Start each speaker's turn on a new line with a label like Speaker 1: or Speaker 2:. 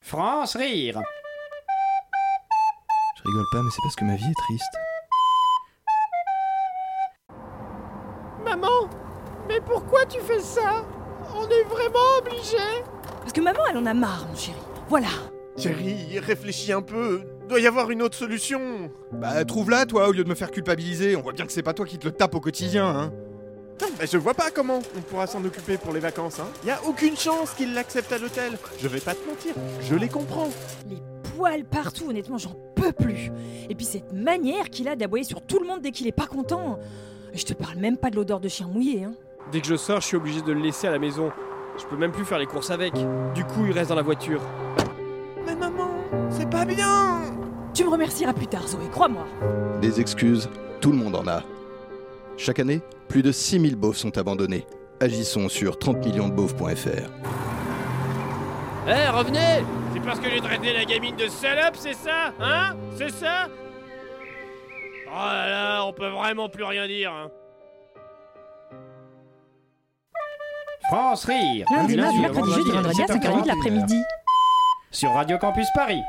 Speaker 1: France rire.
Speaker 2: Je rigole pas, mais c'est parce que ma vie est triste.
Speaker 3: Maman, mais pourquoi tu fais ça On est vraiment obligés
Speaker 4: Parce que maman, elle en a marre, mon chéri. Voilà.
Speaker 5: Chérie, réfléchis un peu. Doit y avoir une autre solution.
Speaker 6: Bah trouve-la toi au lieu de me faire culpabiliser, on voit bien que c'est pas toi qui te le tape au quotidien, hein.
Speaker 5: Non, mais je vois pas comment on pourra s'en occuper pour les vacances. Hein. Y a aucune chance qu'ils l'acceptent à l'hôtel. Je vais pas te mentir, je les comprends.
Speaker 4: Les poils partout, honnêtement, j'en peux plus. Et puis cette manière qu'il a d'aboyer sur tout le monde dès qu'il est pas content. Je te parle même pas de l'odeur de chien mouillé, hein.
Speaker 7: Dès que je sors, je suis obligé de le laisser à la maison. Je peux même plus faire les courses avec. Du coup, il reste dans la voiture.
Speaker 3: Mais maman, c'est pas bien
Speaker 4: Tu me remercieras plus tard, Zoé, crois-moi.
Speaker 2: Des excuses, tout le monde en a. Chaque année, plus de 6000 beaufs sont abandonnés. Agissons sur 30millionsdebeaufs.fr.
Speaker 7: Eh, revenez C'est parce que j'ai traité la gamine de salope, c'est ça Hein C'est ça Oh là là, on peut vraiment plus rien dire. hein.
Speaker 1: France rire.
Speaker 4: Lundi, mardi,
Speaker 1: au
Speaker 4: mercredi, jeudi,
Speaker 1: vendredi,
Speaker 4: vendredi, à 5h30 de
Speaker 1: 17h40,
Speaker 4: l'après-midi.
Speaker 1: Sur Radio Campus Paris.